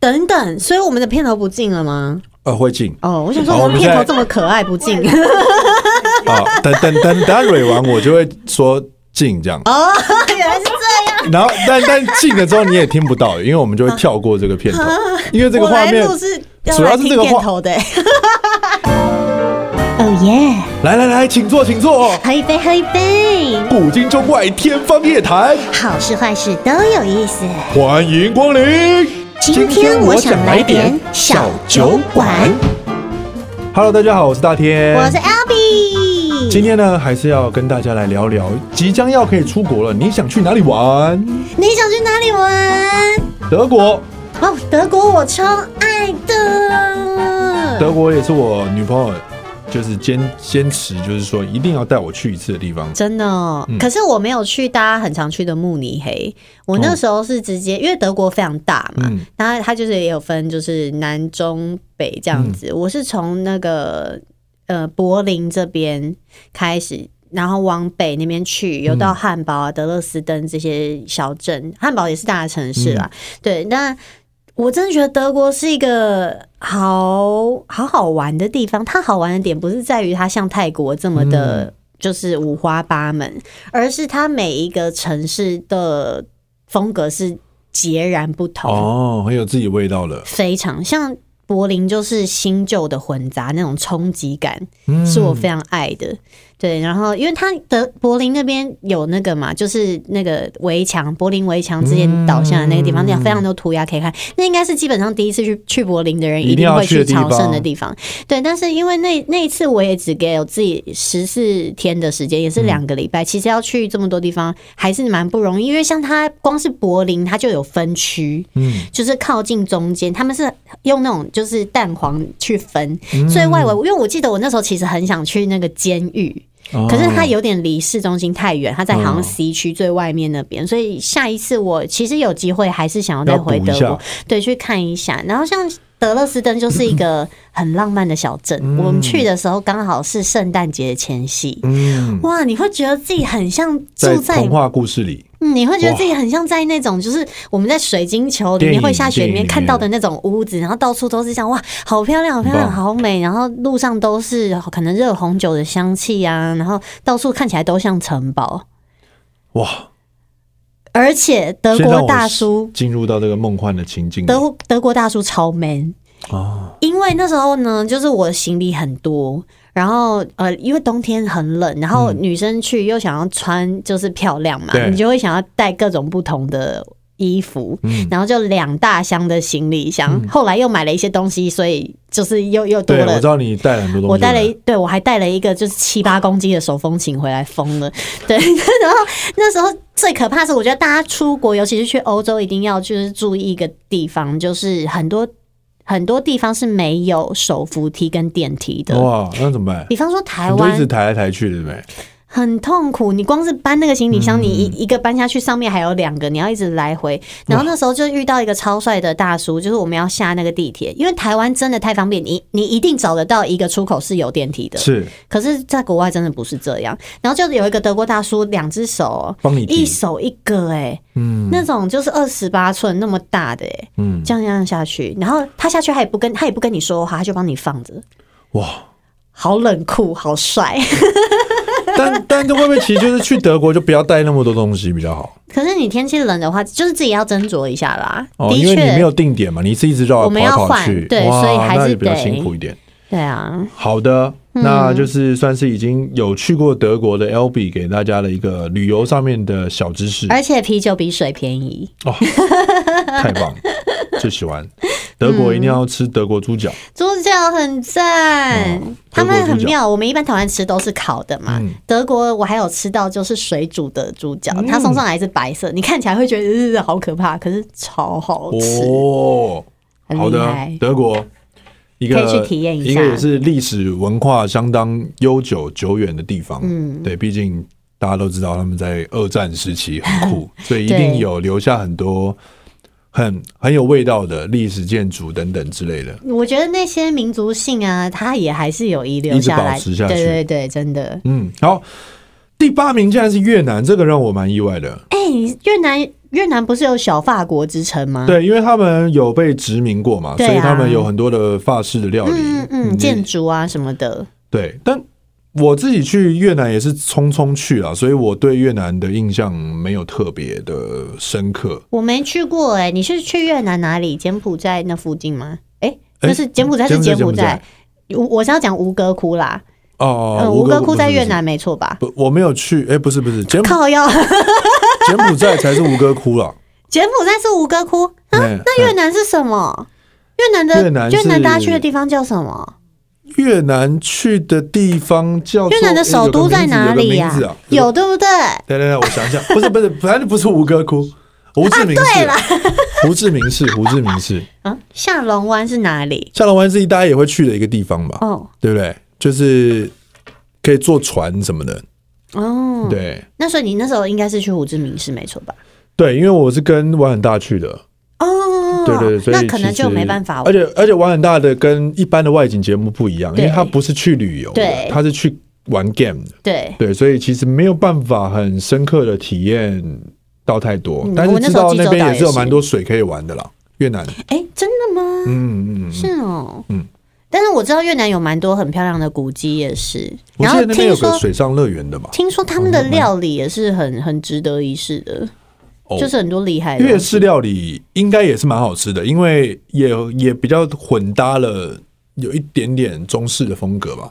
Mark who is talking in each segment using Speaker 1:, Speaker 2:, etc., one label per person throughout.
Speaker 1: 等等，所以我们的片头不进了吗？
Speaker 2: 呃，会进
Speaker 1: 哦，我想说，
Speaker 2: 好
Speaker 1: 我
Speaker 2: 我
Speaker 1: 们
Speaker 2: 们
Speaker 1: 片头
Speaker 2: 现在
Speaker 1: 这么可爱，不 进
Speaker 2: 啊、等等等等下蕊完，我就会说进这样。
Speaker 1: 哦，原来是这样。
Speaker 2: 然后，但但进了之后你也听不到，因为我们就会跳过这个片头，
Speaker 3: 啊
Speaker 2: 因为这个
Speaker 1: 我
Speaker 2: 画
Speaker 1: 来
Speaker 2: 面
Speaker 1: 录是要
Speaker 2: 主要
Speaker 1: 来
Speaker 2: 是这
Speaker 1: 听
Speaker 2: 个
Speaker 1: 片
Speaker 2: 画
Speaker 1: 头的、Oh
Speaker 3: 哦耶！
Speaker 2: 来来来，请坐，请坐。
Speaker 3: 喝一杯，喝一杯，
Speaker 2: 古今中外，天方夜谭，
Speaker 3: 好事坏事都有意思。
Speaker 2: 欢迎光临。
Speaker 3: 今天我想来点小酒馆。
Speaker 2: Hello，大家好，我是大天，
Speaker 3: 我是 Albee，
Speaker 2: 今天呢，还是要跟大家来聊聊，即将要可以出国了，你想去哪里玩？
Speaker 3: 你想去哪里玩？
Speaker 2: 德国，
Speaker 3: 哦，德国我超爱的。
Speaker 2: 德国也是我女朋友，就是坚坚持，就是说一定要带我去一次的地方。
Speaker 1: 真的、哦，可是我没有去大家很常去的慕尼黑。我那时候是直接，因为德国非常大嘛，
Speaker 2: 嗯
Speaker 1: 然后它就是也有分，就是南中北这样子。我是从那个呃柏林这边开始，然后往北那边去，有到汉堡啊、德勒斯登这些小镇，汉堡也是大城市啦。对，那我真的觉得德国是一个好好好玩的地方。它好玩的点不是在于它像泰国这么的，就是五花八门，而是它每一个城市的风格是截然不同，
Speaker 2: 哦，很有自己味道了，
Speaker 1: 非常像。柏林就是新旧的混杂，那种冲击感
Speaker 2: 嗯
Speaker 1: 是我非常爱的。对，然后因为它的柏林那边有那个嘛，就是那个围墙，柏林围墙之前倒下的那个地方，那、非常多涂鸦可以看。那应该是基本上第一次去去柏林的人
Speaker 2: 一定
Speaker 1: 定
Speaker 2: 要
Speaker 1: 会
Speaker 2: 去的地
Speaker 1: 朝圣的
Speaker 2: 方
Speaker 1: 地方。对，但是因为那那一次我也只给我自己十四天的时间，也是两个礼拜。其实要去这么多地方还是蛮不容易，因为像它光是柏林，它就有分区，
Speaker 2: 嗯，
Speaker 1: 就是靠近中间，他们是用那种就是蛋黄去分，
Speaker 2: 嗯
Speaker 1: 所以外围，因为我记得我那时候其实很想去那个监狱，
Speaker 2: 嗯
Speaker 1: 可是它
Speaker 2: 有
Speaker 1: 有点离市中心太远，它在好像
Speaker 2: 哦嗯
Speaker 1: C 区最外面那边，所以下一次我其实有机会还是想要再
Speaker 2: 要补
Speaker 1: 回德
Speaker 2: 一下
Speaker 1: 国，对，去看一下。然后像德勒斯登就是一 个很浪漫的小镇，我们去的时候刚好是圣诞节前夕，
Speaker 2: 嗯，
Speaker 1: 哇，你会觉得自己很像
Speaker 2: 在
Speaker 1: 住在
Speaker 2: 童话故事里，
Speaker 1: 嗯，你会觉得自己很像在那种，就是我们在水晶球里面
Speaker 2: 电影
Speaker 1: 会下雪里面
Speaker 2: 电影里面
Speaker 1: 看到的那种屋子，然后到处都是这样，哇，好漂亮，好漂亮，
Speaker 2: 很棒
Speaker 1: 好美，然后路上都是可能热红酒的香气啊，然后到处看起来都像城堡，
Speaker 2: 哇，
Speaker 1: 而且德
Speaker 2: 先让
Speaker 1: 国
Speaker 2: 我
Speaker 1: 大叔，
Speaker 2: 进入到这个梦幻的情境里。
Speaker 1: 德德国大叔超 man，
Speaker 2: 哦，
Speaker 1: 因为那时候呢，就是我行李很多，然后呃，因为冬天很冷，然后女生去又想要穿就是漂亮嘛，
Speaker 2: 嗯对
Speaker 1: 你就会想要带各种不同的衣服，
Speaker 2: 嗯
Speaker 1: 然后就两大箱的行李箱。后来又买了一些东西，所以就是又又多
Speaker 2: 对，我
Speaker 1: 了
Speaker 2: 知。道你带了很多东西，
Speaker 1: 我带了一，对我还带了一个就是七八公斤的手风琴回来，疯了。对， 然后那时候最可怕的是，我觉得大家出国，尤其是去欧洲，一定要就是注意一个地方，就是很多很多地方是没有手扶梯跟电梯的。
Speaker 2: 哇，那怎么办？
Speaker 1: 比方说台
Speaker 2: 你都一直
Speaker 1: 湾
Speaker 2: 抬来抬去，对不对？
Speaker 1: 很痛苦，你光是搬那个行李箱，你
Speaker 2: 嗯
Speaker 1: 一一个搬下去，上面还有两个，你要一直来回。然后那时候就遇到一个超帅的大叔，就是我们要下那个地铁，因为台湾真的太方便，你你一定找得到一个出口是有电梯的。
Speaker 2: 是
Speaker 1: 可是，在国外真的不是这样。然后就有一个德国大叔，两只手哦，
Speaker 2: 帮你
Speaker 1: 一
Speaker 2: 提，
Speaker 1: 手一个、哎、
Speaker 2: 嗯
Speaker 1: 那种就是二十八寸那么大的、哎，
Speaker 2: 嗯，
Speaker 1: 这样这样下去，然后他下去，他也不跟他也不跟你说话，他就帮你放着，
Speaker 2: 哇。
Speaker 1: 好冷酷，好帅。
Speaker 2: 但 但这会不会其实就是去德国就不要带那么多东西比较好？
Speaker 1: 可是你天气冷的话，就是自己要斟酌一下啦。
Speaker 2: 哦，
Speaker 1: 的
Speaker 2: 因为你没
Speaker 1: 确，
Speaker 2: 有定点嘛，你是一直绕
Speaker 1: 我们要
Speaker 2: 来跑来跑
Speaker 1: 换
Speaker 2: 去，
Speaker 1: 对
Speaker 2: 哇
Speaker 1: 所以还是
Speaker 2: 那也比较
Speaker 1: 得
Speaker 2: 辛苦一点。
Speaker 1: 对啊，
Speaker 2: 好的，那就是算是已经有去过德国的 L B 给大家的一个旅游上面的小知识，
Speaker 1: 而且啤酒比水便宜，
Speaker 2: 哦，太棒，了，就喜欢德国一定要吃德国猪脚，
Speaker 1: 猪脚很赞，
Speaker 2: 哦
Speaker 1: 他们
Speaker 2: 德国
Speaker 1: 很
Speaker 2: 猪脚
Speaker 1: 妙。我们一般台湾吃都是烤的嘛，
Speaker 2: 嗯
Speaker 1: 德国我还有吃到就是水煮的猪脚，它送上来是白色，你看起来会觉得、呃、好可怕，可是超好吃，
Speaker 2: 哦，
Speaker 1: 很
Speaker 2: 好
Speaker 1: 厉
Speaker 2: 的
Speaker 1: 害，。
Speaker 2: 德国。一个
Speaker 1: 可以去体验一下
Speaker 2: 一个也是历史文化相当悠久久远的地方。
Speaker 1: 嗯
Speaker 2: 对，毕竟大家都知道他们在二战时期 很酷，所以一定
Speaker 1: 对
Speaker 2: 有留下很多很很有味道的历史建筑等等之类的。
Speaker 1: 我觉得那些民族性啊，它也还是有遗留
Speaker 2: 一直
Speaker 1: 下
Speaker 2: 保
Speaker 1: 来，
Speaker 2: 持下去
Speaker 1: 对对对，真的。
Speaker 2: 嗯，好，第八名竟然是越南，这个让我蛮意外的。
Speaker 1: 哎、你越南越南不是有小法国之称吗？，
Speaker 2: 对，因为他们有被殖民过嘛，
Speaker 1: 嗯对啊
Speaker 2: 所以他们有很多的法式的料理，
Speaker 1: 嗯嗯
Speaker 2: 你
Speaker 1: 嗯，建筑啊什么的，
Speaker 2: 对，但我自己去越南也是匆匆去啊，所以我对越南的印象没有特别的深刻。
Speaker 1: 我没去过哎、你是去越南哪里？柬埔寨那附近吗？哎、
Speaker 2: 哎
Speaker 1: 那是柬埔寨是
Speaker 2: 柬埔寨
Speaker 1: 柬埔寨，我我是要讲吴哥窟啦，
Speaker 2: 哦、
Speaker 1: 嗯，
Speaker 2: 吴
Speaker 1: 吴
Speaker 2: 哥
Speaker 1: 哥窟
Speaker 2: 不是
Speaker 1: 在越，南没错吧？
Speaker 2: 不是不，我没有去。哎、不是不是，柬埔
Speaker 1: 靠要
Speaker 2: 柬埔寨才是吴哥窟了。
Speaker 1: 柬埔寨是吴哥窟，啊
Speaker 2: 哎
Speaker 1: 那越南是什么？越南的
Speaker 2: 越南是
Speaker 1: 大家去的地方叫什么？
Speaker 2: 越南去的地方叫做
Speaker 1: 越南的
Speaker 2: 哎
Speaker 1: 首
Speaker 2: 有个
Speaker 1: 都在
Speaker 2: 名字
Speaker 1: 哪里
Speaker 2: 有
Speaker 1: 呀、
Speaker 2: 个名字啊？
Speaker 1: 有对不对？
Speaker 2: 等等等，我想一下，不是不是，反正不是吴哥窟，胡志明市，胡志明市，胡志明市，
Speaker 1: 啊，下龙湾是哪里？
Speaker 2: 下龙湾是大家也会去的一个地方吧？
Speaker 1: 哦
Speaker 2: 对不对？就是可以坐船什么的，
Speaker 1: 哦，
Speaker 2: 对
Speaker 1: 那所以你那时候应该是去胡志明市没错吧？
Speaker 2: 对，因为我是跟玩很大去的，
Speaker 1: 哦，
Speaker 2: 对对对，所以
Speaker 1: 那可能
Speaker 2: 其实
Speaker 1: 就没办法。
Speaker 2: 而且而且玩很大的跟一般的外景节目不一样，因
Speaker 1: 对
Speaker 2: 为它不是去旅游的，
Speaker 1: 对
Speaker 2: 它是去玩 game 的，
Speaker 1: 对，
Speaker 2: 对，所以其实没有办法很深刻的体验到太多，
Speaker 1: 嗯
Speaker 2: 但
Speaker 1: 我
Speaker 2: 是
Speaker 1: 那
Speaker 2: 知
Speaker 1: 时候
Speaker 2: 道
Speaker 1: 济
Speaker 2: 那
Speaker 1: 州
Speaker 2: 边
Speaker 1: 岛
Speaker 2: 也
Speaker 1: 也
Speaker 2: 是有
Speaker 1: 是
Speaker 2: 蛮多水可以玩的啦，越南，
Speaker 1: 哎，真的吗？
Speaker 2: 嗯嗯嗯，
Speaker 1: 是哦，嗯。但是我知道越南有蛮多很漂亮的古迹，也是。
Speaker 2: 我
Speaker 1: 然
Speaker 2: 记
Speaker 1: 后
Speaker 2: 得那边
Speaker 1: 听
Speaker 2: 有个
Speaker 1: 说，
Speaker 2: 水哦上乐园的嘛，
Speaker 1: 听说他们的料理也是很很值得一试的，
Speaker 2: 哦
Speaker 1: 就是很多厉害的
Speaker 2: 粤式料理应该也是蛮好吃的，因为也也比较混搭了，有一点点中式的风格吧。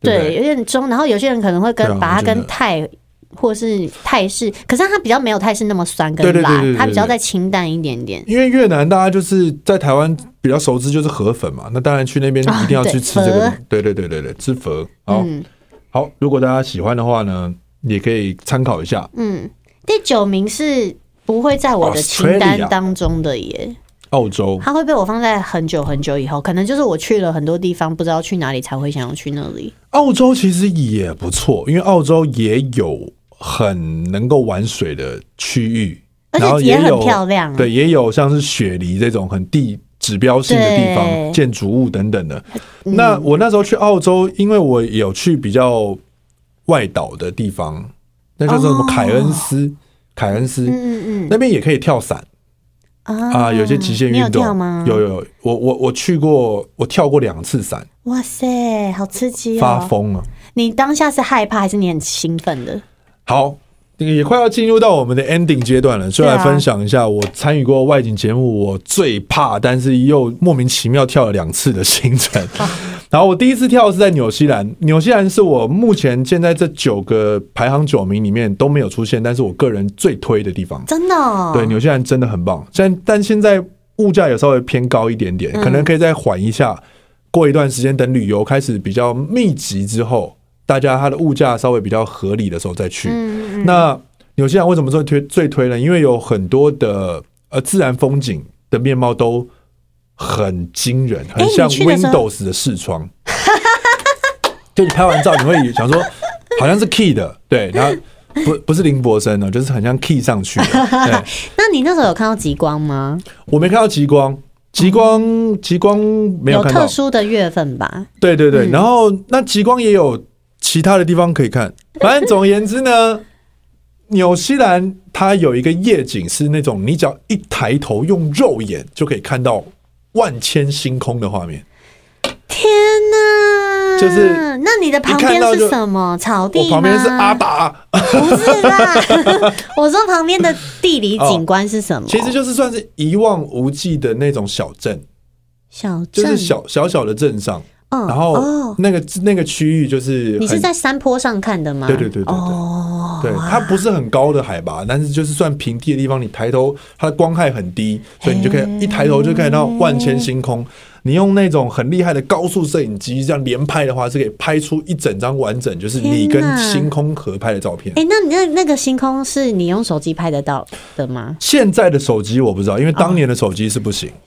Speaker 2: 不
Speaker 1: 对，有点中。然后有些人可能会跟、
Speaker 2: 对啊
Speaker 1: 把它
Speaker 2: 真的
Speaker 1: 跟泰或是泰式，可是它比较没有泰式那么酸跟
Speaker 2: 对对对
Speaker 1: 辣，
Speaker 2: 对对对
Speaker 1: 它比较
Speaker 2: 对
Speaker 1: 再清淡一点点。
Speaker 2: 因为越南大家就是在台湾比较熟知就是河粉嘛，那当然去那边
Speaker 1: 啊
Speaker 2: 一定要去
Speaker 1: 对
Speaker 2: 吃这个
Speaker 1: 粉
Speaker 2: 东西，对对对对对，吃粉。好、
Speaker 1: 嗯
Speaker 2: 好，如果大家喜欢的话呢，也可以参考一下。
Speaker 1: 嗯，第九名是不会在我的清单
Speaker 2: Australia
Speaker 1: 当中的耶，
Speaker 2: 澳洲
Speaker 1: 它会被我放在很久很久以后，可能就是我去了很多地方，不知道去哪里才会想要去那里。
Speaker 2: 澳洲其实也不错，因为澳洲也有很能够玩水的区域，
Speaker 1: 而且
Speaker 2: 然后
Speaker 1: 也很
Speaker 2: 有
Speaker 1: 漂亮啊
Speaker 2: 对，也有像是雪梨这种很地指标性的地
Speaker 1: 对嗯
Speaker 2: 方，建筑物等等的。那我那时候去澳洲，因为我有去比较外岛的地方，那叫做什么凯恩斯，凯恩斯、
Speaker 1: 哦嗯嗯
Speaker 2: 那边也可以跳伞
Speaker 1: 嗯
Speaker 2: 啊，有些极限
Speaker 1: 你有
Speaker 2: 运动
Speaker 1: 跳吗？
Speaker 2: 有有有，我我我去过，我跳过两次伞，
Speaker 1: 哇塞，好刺激哦！
Speaker 2: 发疯了。
Speaker 1: 你当下是害怕还是你很兴奋的？
Speaker 2: 好，那个也快要进入到我们的 ending 阶段了，就来
Speaker 1: 对啊
Speaker 2: 分享一下我参与过外景节目我最怕，但是又莫名其妙跳了两次的行 程。然后我第一次跳是在纽西兰，纽西兰是我目前现在这九个排行九名里面都没有出现，但是我个人最推的地方。
Speaker 1: 真的、哦？
Speaker 2: 对，纽西兰真的很棒，但但现在物价也稍微偏高一点点，
Speaker 1: 嗯
Speaker 2: 可能可以再缓一下。过一段时间，等旅游开始比较密集之后，大家它的物价稍微比较合理的时候再去。
Speaker 1: 嗯，嗯
Speaker 2: 那纽西兰为什么说推最推呢？因为有很多的呃自然风景的面貌都很惊人，很
Speaker 1: 你
Speaker 2: 像
Speaker 1: 去的时候
Speaker 2: Windows 的视窗。 就你拍完照，你会想说好像是 Key 的，对，然后不不是林柏森哦，就是很像 Key 上去的。对，
Speaker 1: 那你那时候有看到极光吗？
Speaker 2: 我没看到极光，极光极光没有看到
Speaker 1: 特。殊嗯的月份吧？
Speaker 2: 对对对，然后那极光也有其他的地方可以看。反正总而言之呢， 纽西兰它有一个夜景是那种你只要一抬头用肉眼就可以看到万千星空的画面。
Speaker 1: 天哪！
Speaker 2: 就是
Speaker 1: 那你的旁
Speaker 2: 一看
Speaker 1: 边
Speaker 2: 到就是
Speaker 1: 什么？草地
Speaker 2: 我
Speaker 1: 吗？
Speaker 2: 旁边是阿，达，
Speaker 1: 不是啦。 我说旁边的地理景观是什么？
Speaker 2: 哦其实就是算是一望无际的那种小镇，
Speaker 1: 小
Speaker 2: 就
Speaker 1: 镇，
Speaker 2: 是小小小的镇上，
Speaker 1: 嗯
Speaker 2: 然
Speaker 1: 哦
Speaker 2: 后那个那个区域就是
Speaker 1: 你是
Speaker 2: 很
Speaker 1: 在山坡上看的吗？
Speaker 2: 对对对对对
Speaker 1: 哦，
Speaker 2: 对，它不是很高的海拔，但是就是算平地的地方，你抬头，它的光害很低，
Speaker 1: 嗯
Speaker 2: 所以你就可以一抬头就看到万千星空。你用那种很厉害的高速摄影机这样连拍的话，是可以拍出一整张完整，就是你
Speaker 1: 天
Speaker 2: 跟
Speaker 1: 哪
Speaker 2: 星空合拍的照片。
Speaker 1: 哎、那你那那个星空是你用手机拍得到的吗？
Speaker 2: 现在的手机我不知道，因为当年的手机是不行。
Speaker 1: 嗯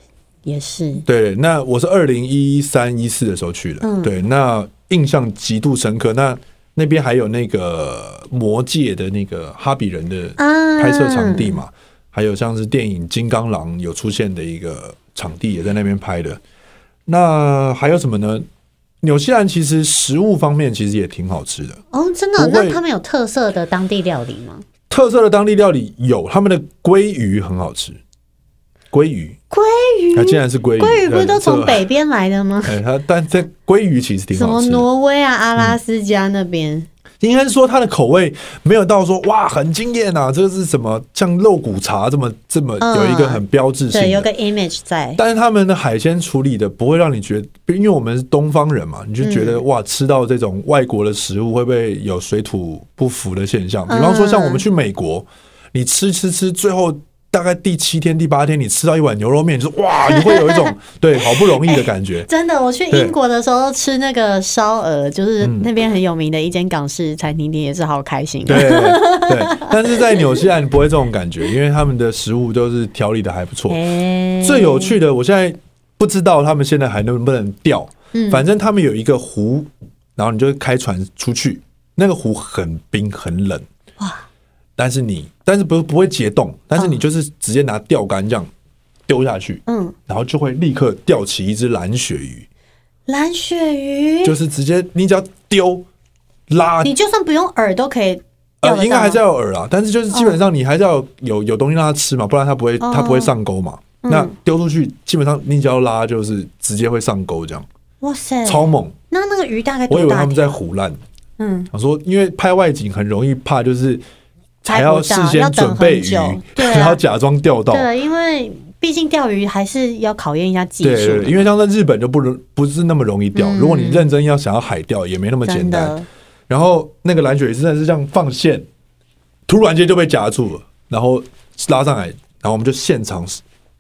Speaker 1: 也是，
Speaker 2: 对，那我是二零一三一四的时候去的，
Speaker 1: 嗯
Speaker 2: 对，那印象极度深刻。那那边还有那个魔界的那个哈比人的
Speaker 1: 啊
Speaker 2: 拍摄场地嘛，还有像是电影《金刚狼》有出现的一个场地也在那边拍的。那还有什么呢？纽西兰其实食物方面其实也挺好吃的，
Speaker 1: 哦，真的？
Speaker 2: 不会
Speaker 1: 那他们有特色的当地料理吗？
Speaker 2: 特色的当地料理有他们的鲑鱼很好吃，鲑鱼
Speaker 1: 鲑鱼
Speaker 2: 它，竟然是鲑鱼，
Speaker 1: 嗯鲑鱼不是都
Speaker 2: 嗯对
Speaker 1: 从？
Speaker 2: 这
Speaker 1: 北边来的吗？
Speaker 2: 哎，它但这鲑鱼其实挺
Speaker 1: 什
Speaker 2: 好
Speaker 1: 么
Speaker 2: 吃的。嗯
Speaker 1: 挪威啊、阿拉斯加那边，
Speaker 2: 应该是说它的口味没有到说哇很惊艳啊，这个是什么像肉骨茶这么这么
Speaker 1: 嗯
Speaker 2: 有一个很标志性
Speaker 1: 对，有
Speaker 2: 的。
Speaker 1: 个 image 在。
Speaker 2: 但是他们的海鲜处理的不会让你觉得，因为我们是东方人嘛，你就觉得、哇，吃到这种外国的食物会不会有水土不服的现象？比方说像我们去美国，你吃吃吃，最后大概第七天、第八天，你吃到一碗牛肉面，你说哇，你会有一种对好不容易的 感觉。
Speaker 1: 真的，我去
Speaker 2: 对
Speaker 1: 英国的时候吃那个烧鹅，就是那边很有名的一间港式餐厅店，也是好开心、啊。
Speaker 2: 嗯对对，但是在纽西兰不会这种感觉，因为他们的食物都是调理的还不错。
Speaker 1: 哎，
Speaker 2: 最有趣的，我现在不知道他们现在还能不能钓。反正他们有一个湖，然后你就开船出去，那个湖很冰很冷，但是你但是不不会结冻，但是你就是直接拿钓竿这样丢下去，
Speaker 1: 嗯，
Speaker 2: 然后就会立刻钓起一只蓝鳕鱼，
Speaker 1: 蓝鳕鱼，
Speaker 2: 就是直接你只要丢拉。
Speaker 1: 你就算不用饵都可以钓得
Speaker 2: 呃，
Speaker 1: 到。
Speaker 2: 应该还是要有饵啊，但是就是基本上你还是要有有有东西让它吃嘛，不然它不会
Speaker 1: 哦
Speaker 2: 它不会上钩嘛。
Speaker 1: 嗯
Speaker 2: 那丢出去基本上你只要拉就是直接会上钩这样。
Speaker 1: 哇塞，
Speaker 2: 超猛！
Speaker 1: 那那个鱼大概
Speaker 2: 我
Speaker 1: 多
Speaker 2: 以为
Speaker 1: 大
Speaker 2: 他们
Speaker 1: 条？
Speaker 2: 在胡乱，
Speaker 1: 嗯，
Speaker 2: 我说因为拍外景很容易怕，就是还要事
Speaker 1: 拍不到要
Speaker 2: 先
Speaker 1: 等
Speaker 2: 准备
Speaker 1: 很
Speaker 2: 鱼，
Speaker 1: 久对 啊
Speaker 2: 然后假装钓到。
Speaker 1: 对，因为毕竟钓鱼还是要考验一下技
Speaker 2: 对
Speaker 1: 术
Speaker 2: 对，
Speaker 1: 的，
Speaker 2: 对因为像在日本就不容不是那么容易钓，如果你认真要想要海钓，也没那么
Speaker 1: 嗯
Speaker 2: 简
Speaker 1: 真
Speaker 2: 单
Speaker 1: 的。。
Speaker 2: 然后那个蓝鳕鱼真的是这样放线，突然间就被夹住了，然后拉上来，然后我们就现场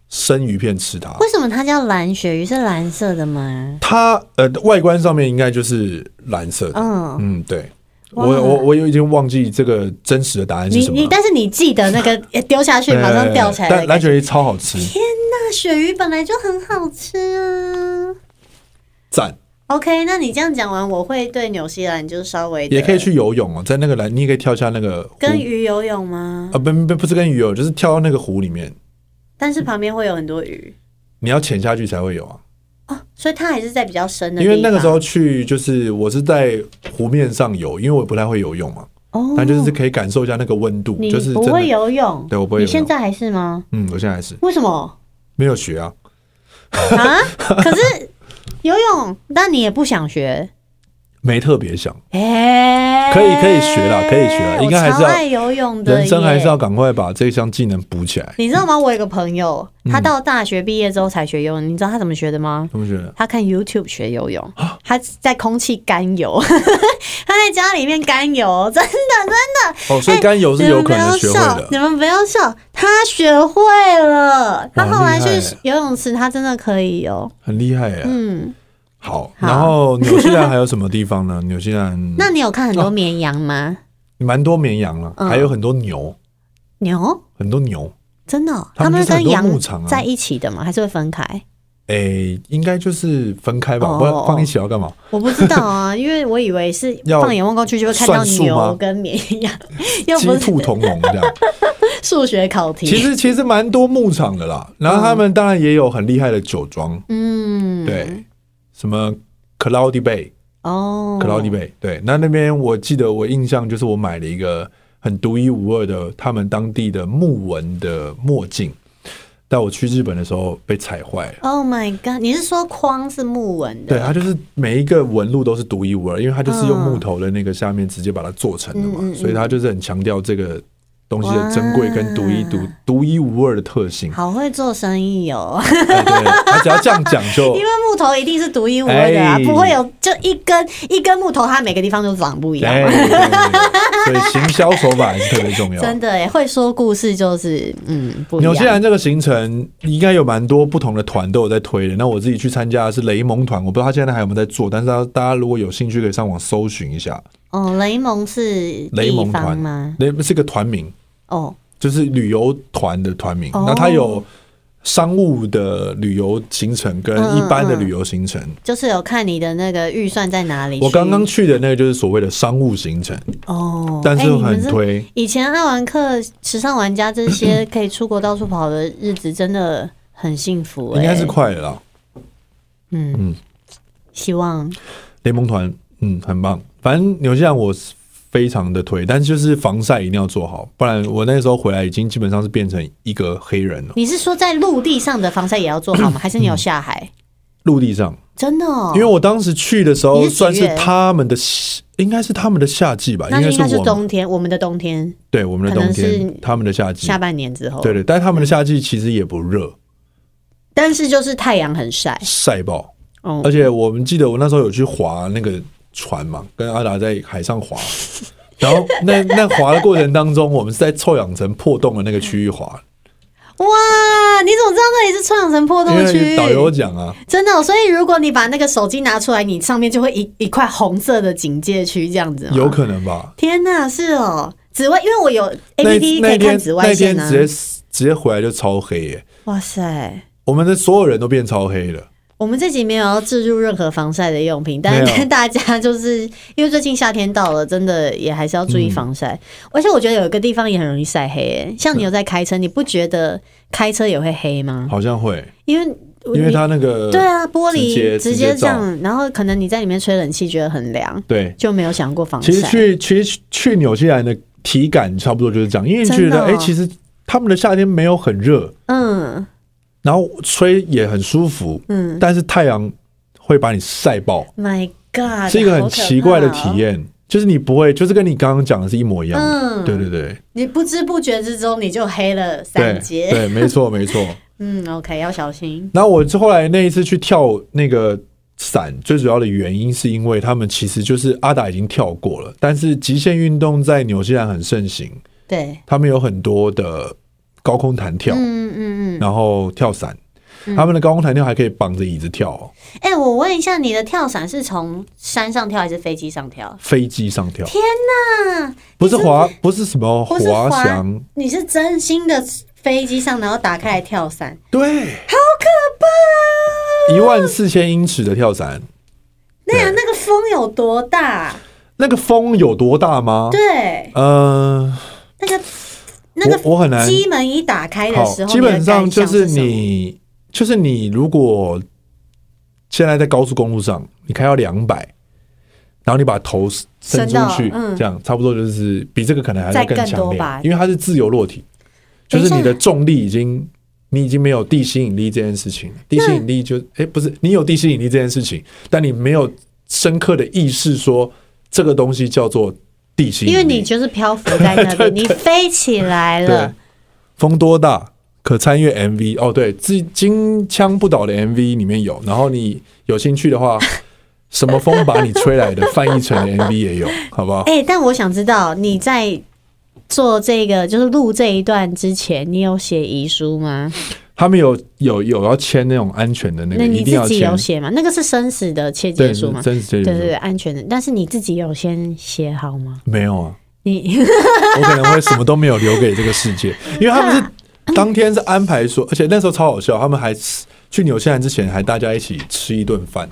Speaker 2: 生鱼片吃它。
Speaker 1: 为什么它叫蓝鳕鱼？是蓝色的吗？
Speaker 2: 它呃外观上面应该就是蓝色的，
Speaker 1: 嗯，
Speaker 2: 嗯，对。我
Speaker 1: 哇
Speaker 2: 我我有已经忘记这个真实的答案是
Speaker 1: 你
Speaker 2: 什么了。
Speaker 1: 你，但是你记得那个呃丢下去
Speaker 2: 对
Speaker 1: 马上掉起来
Speaker 2: 但
Speaker 1: 的
Speaker 2: 蓝
Speaker 1: 感觉。
Speaker 2: 鳕鱼超好吃，
Speaker 1: 那鳕鱼本来就很好吃啊。
Speaker 2: 赞！
Speaker 1: OK，那你这样讲完，我会对纽西兰就稍微的
Speaker 2: 也可以去游泳哦，在那个蓝，你也可以跳下那个湖
Speaker 1: 跟鱼游泳吗？
Speaker 2: 啊，不不不是跟鱼游，就是跳到那个湖里面，
Speaker 1: 但是旁边会有很多鱼
Speaker 2: 你要潜下去才会有啊。
Speaker 1: 哦，所以它还是在比较深的地
Speaker 2: 因
Speaker 1: 方。
Speaker 2: 为那个时候去，就是我是在湖面上游，因为我不太会游泳嘛，
Speaker 1: 哦，
Speaker 2: 但就是可以感受一下那个温度，
Speaker 1: 你
Speaker 2: 就是
Speaker 1: 不
Speaker 2: 真
Speaker 1: 会
Speaker 2: 的。
Speaker 1: 游泳，
Speaker 2: 对我不会游泳
Speaker 1: 你现在还是吗？
Speaker 2: 嗯，我现在还是
Speaker 1: 为什么
Speaker 2: 没有学啊，
Speaker 1: 啊？ 可是游泳，但你也不想学。
Speaker 2: 没特别想，
Speaker 1: 哎、
Speaker 2: 可以可以学啦可以学啦
Speaker 1: 我
Speaker 2: 应该还是要
Speaker 1: 超爱游泳的耶，
Speaker 2: 人生还是要赶快把这项技能补起来。
Speaker 1: 你知道吗？我有个朋友，他
Speaker 2: 嗯
Speaker 1: 到大学毕业之后才学游泳，你知道他怎么学的吗？
Speaker 2: 同学，
Speaker 1: 他看 YouTube 学游泳，
Speaker 2: 啊
Speaker 1: 他在空气干游， 他在家里面干游，真
Speaker 2: 哦，所以
Speaker 1: 哎
Speaker 2: 甘油是
Speaker 1: 你
Speaker 2: 有
Speaker 1: 们不
Speaker 2: 可能
Speaker 1: 要
Speaker 2: 学会
Speaker 1: 笑，
Speaker 2: 的
Speaker 1: 你，们不要笑，他学会了。他后来去
Speaker 2: 厉害
Speaker 1: 游泳池，他真的可以游。
Speaker 2: 很厉害耶。
Speaker 1: 嗯，
Speaker 2: 好，
Speaker 1: 好
Speaker 2: 然后纽西兰还有什么地方呢？纽 西兰
Speaker 1: 那你有看很多绵羊吗？
Speaker 2: 哦蛮多绵羊了，
Speaker 1: 嗯
Speaker 2: 还有很多牛，
Speaker 1: 牛
Speaker 2: 很多牛。
Speaker 1: 真的哦、
Speaker 2: 他们
Speaker 1: 们
Speaker 2: 就是
Speaker 1: 是跟
Speaker 2: 很多牧场啊
Speaker 1: 羊在一起的吗？还是会分开？
Speaker 2: 诶、应该就是分开吧，
Speaker 1: 哦
Speaker 2: 不然放一起要干嘛？
Speaker 1: 我不知道 啊，因为我以为是
Speaker 2: 要
Speaker 1: 放眼望过去就会看到
Speaker 2: 算数吗
Speaker 1: 牛跟绵羊，又
Speaker 2: 鸡
Speaker 1: 不是
Speaker 2: 兔同笼这样。
Speaker 1: 数学考
Speaker 2: 其
Speaker 1: 题。
Speaker 2: 实其实蛮多牧场的啦，然后他们当然也有很厉害的酒庄，
Speaker 1: 嗯，
Speaker 2: 对，什么 Cloudy Bay、
Speaker 1: 哦
Speaker 2: Cloudy Bay，对，那那边我记得我印象就是我买了一个很独一无二的他们当地的木纹的墨镜，但我去日本的时候被踩坏了。
Speaker 1: Oh my god！你是说框是木纹的？
Speaker 2: 对，它就是每一个纹路都是独一无二，因为它就是用木头的那个下面直接把它做成的嘛，
Speaker 1: 嗯嗯嗯
Speaker 2: 所以它就是很强调这个东西的珍贵跟独一独
Speaker 1: 哇
Speaker 2: 独一无二的特性。
Speaker 1: 好会做生意哦。
Speaker 2: 哎对，它只要这样讲就
Speaker 1: 因为木头一定是独一无二的啊，
Speaker 2: 哦哎
Speaker 1: 不会有就一根一根木头，它每个地方都长不一样。
Speaker 2: 哎，对对对所以行销手法还是特别重要。
Speaker 1: 真的哎，会说故事就是嗯不一
Speaker 2: 纽西
Speaker 1: 样。
Speaker 2: 兰这个行程应该有蛮多不同的团都有在推的。那我自己去参加的是雷蒙团，我不知道他现在还有没有在做，但是他大家如果有兴趣可以上网搜寻一下
Speaker 1: 哦，雷蒙是
Speaker 2: 雷蒙
Speaker 1: 地方
Speaker 2: 团
Speaker 1: 吗？，
Speaker 2: 雷是个团名，
Speaker 1: 哦，
Speaker 2: 就是旅游团的团名。
Speaker 1: 哦
Speaker 2: 那它有商务的旅游行程跟
Speaker 1: 嗯
Speaker 2: 一般的旅游行程。
Speaker 1: 就是有看你的那个预算在哪里去。
Speaker 2: 我刚刚去的那个就是所谓的商务行程，
Speaker 1: 哦，
Speaker 2: 但
Speaker 1: 哎
Speaker 2: 是
Speaker 1: 你们
Speaker 2: 很
Speaker 1: 这
Speaker 2: 推。
Speaker 1: 以前爱玩客、时尚玩家这 些可以出国到处跑的日子，真的很幸福哎。
Speaker 2: 应该是快了啦。
Speaker 1: 嗯
Speaker 2: 嗯
Speaker 1: 希望
Speaker 2: 雷蒙团，嗯，很棒。反正纽西兰我非常的推，但是就是防晒一定要做好，不然我那时候回来已经基本上是变成一个黑人了，
Speaker 1: 你是说在陆地上的防晒也要做好吗？还是你有下海？
Speaker 2: 陆地上。
Speaker 1: 嗯真的、哦？
Speaker 2: 因为我当时去的时候
Speaker 1: 你是几
Speaker 2: 算是
Speaker 1: 月
Speaker 2: 他们的夏，应该是他们的夏季吧，
Speaker 1: 那就
Speaker 2: 该
Speaker 1: 应该是
Speaker 2: 我们
Speaker 1: 冬天，我们的嗯冬天
Speaker 2: 对我们的
Speaker 1: 可
Speaker 2: 冬
Speaker 1: 能
Speaker 2: 天
Speaker 1: 是，
Speaker 2: 他们的夏季
Speaker 1: 下，半年之后。
Speaker 2: 对对，但是他们的夏季其实也不热，
Speaker 1: 但是就是太阳很晒，
Speaker 2: 晒爆。
Speaker 1: 嗯，
Speaker 2: 而且我们记得我那时候有去划那个船嘛，跟阿达在海上划，然后那那划的过程当中，我们是在臭氧层破洞的那个区域划，
Speaker 1: 哇，你怎么知道那里是臭氧层破洞
Speaker 2: 因
Speaker 1: 的区
Speaker 2: 为
Speaker 1: 域？
Speaker 2: 导游讲啊，
Speaker 1: 真的哦、所以如果你把那个手机拿出来，你上面就会一一块红色的警戒区这样子吗。
Speaker 2: 有可能吧。
Speaker 1: 天哪，是哦，紫外，因为我有
Speaker 2: 那
Speaker 1: A P P 可
Speaker 2: 那
Speaker 1: 以看
Speaker 2: 天
Speaker 1: 紫
Speaker 2: 那
Speaker 1: 外
Speaker 2: 天
Speaker 1: 线啊。
Speaker 2: 直接直接回来就超黑耶、
Speaker 1: 哇塞，
Speaker 2: 我们的所有人都变超黑了。
Speaker 1: 我们这集没有要置入任何防晒的用品，但
Speaker 2: 没有
Speaker 1: 但 大家就是因为最近夏天到了，真的也还是要注
Speaker 2: 嗯
Speaker 1: 意防晒。而且我觉得有一个地方也很容易晒黑、欸，像你有在开车，你不觉得开车也会黑吗？
Speaker 2: 好像会，
Speaker 1: 因为
Speaker 2: 因为
Speaker 1: 你
Speaker 2: 它那个
Speaker 1: 对啊，玻璃
Speaker 2: 直接直接
Speaker 1: 这样，然后可能你在里面吹冷气觉得很凉，
Speaker 2: 对，
Speaker 1: 就没有想过防晒。
Speaker 2: 其实去其实去纽西兰的体感差不多就是这样，因为你觉
Speaker 1: 真的
Speaker 2: 得
Speaker 1: 哦
Speaker 2: 哎、诶其实他们的夏天没有很热，
Speaker 1: 嗯
Speaker 2: 然后吹也很舒服，
Speaker 1: 嗯
Speaker 2: 但是太阳会把你晒爆，
Speaker 1: ，My God，
Speaker 2: 是一个很
Speaker 1: 好可怕哦
Speaker 2: 奇怪的体。验。就是你不会，就是跟你刚刚讲的是一模一样的，
Speaker 1: 嗯
Speaker 2: 对对对，
Speaker 1: 你不知不觉之中你就黑了
Speaker 2: 对
Speaker 1: 三阶。
Speaker 2: 对，没错没错。
Speaker 1: 嗯，OK，要小心。
Speaker 2: 然后我后来那一次去跳那个伞，最主要的原因是因为他们其实就是阿达已经跳过了，但是极限运动在纽西兰很盛行，
Speaker 1: 对，
Speaker 2: 他们有很多的高空弹跳，
Speaker 1: 嗯嗯嗯。
Speaker 2: 然后跳伞。他们的高空弹跳还可以绑着椅子跳哦，
Speaker 1: 哎、我问一下，你的跳伞是从山上跳还是飞机上跳？
Speaker 2: 飞机上跳，
Speaker 1: 啊，
Speaker 2: 不是滑，不是什么
Speaker 1: 不是滑
Speaker 2: 翔，
Speaker 1: 你是真心的飞机上，然后打开来跳伞，
Speaker 2: 对，好
Speaker 1: 啊
Speaker 2: 可怕！一万四千英尺的跳伞，
Speaker 1: 那样
Speaker 2: 对
Speaker 1: 那个风有多大？
Speaker 2: 那个风有多大吗？
Speaker 1: 对，
Speaker 2: 呃，
Speaker 1: 那个那个
Speaker 2: 我我很难
Speaker 1: 机门一打开的
Speaker 2: 好
Speaker 1: 时，候，
Speaker 2: 基本上就
Speaker 1: 你的
Speaker 2: 是
Speaker 1: 感想是什么
Speaker 2: 你，就是你，如果现在在高速公路上，你开到两百，然后你把头伸出
Speaker 1: 伸
Speaker 2: 去
Speaker 1: 到，嗯
Speaker 2: 这样差不多就是比这个可能还要
Speaker 1: 再
Speaker 2: 更
Speaker 1: 更
Speaker 2: 强
Speaker 1: 多
Speaker 2: 烈
Speaker 1: 吧，
Speaker 2: 因为它是自由落体，就
Speaker 1: 等一
Speaker 2: 是
Speaker 1: 下
Speaker 2: 你的重力已经。你已经没有地吸引力这件事情了，地吸引力就哎、不是你有地吸引力这件事情，但你没有深刻的意识说这个东西叫做地吸引力，
Speaker 1: 因为你就是漂浮在那
Speaker 2: 对
Speaker 1: 边，你飞起来
Speaker 2: 对
Speaker 1: 了。，
Speaker 2: 风多大可参阅 MV 哦，对，自金枪不倒的 MV 里面有，然后你有兴趣的 话，什么风把你吹来的翻译成的 MV 也有，好不好？
Speaker 1: 哎、但我想知道你在做这个，就是录这一段之前，你有写遗书吗？
Speaker 2: 他们有有有要签那种安全的那个，
Speaker 1: 那
Speaker 2: 一
Speaker 1: 你
Speaker 2: 定要
Speaker 1: 自己
Speaker 2: 签
Speaker 1: 有，写吗？那个是生死的切
Speaker 2: 对，
Speaker 1: 结书吗？
Speaker 2: 真是这
Speaker 1: 对对对，
Speaker 2: 种，
Speaker 1: 安全的。但是你自己有先写好吗？
Speaker 2: 没有啊，
Speaker 1: 你
Speaker 2: 我可能会什么都没有留给这个世界，因为他们
Speaker 1: 嗯
Speaker 2: 是当天是安排说，而且那时候超好笑，他们还吃去纽西兰之前还大家一起吃一顿饭，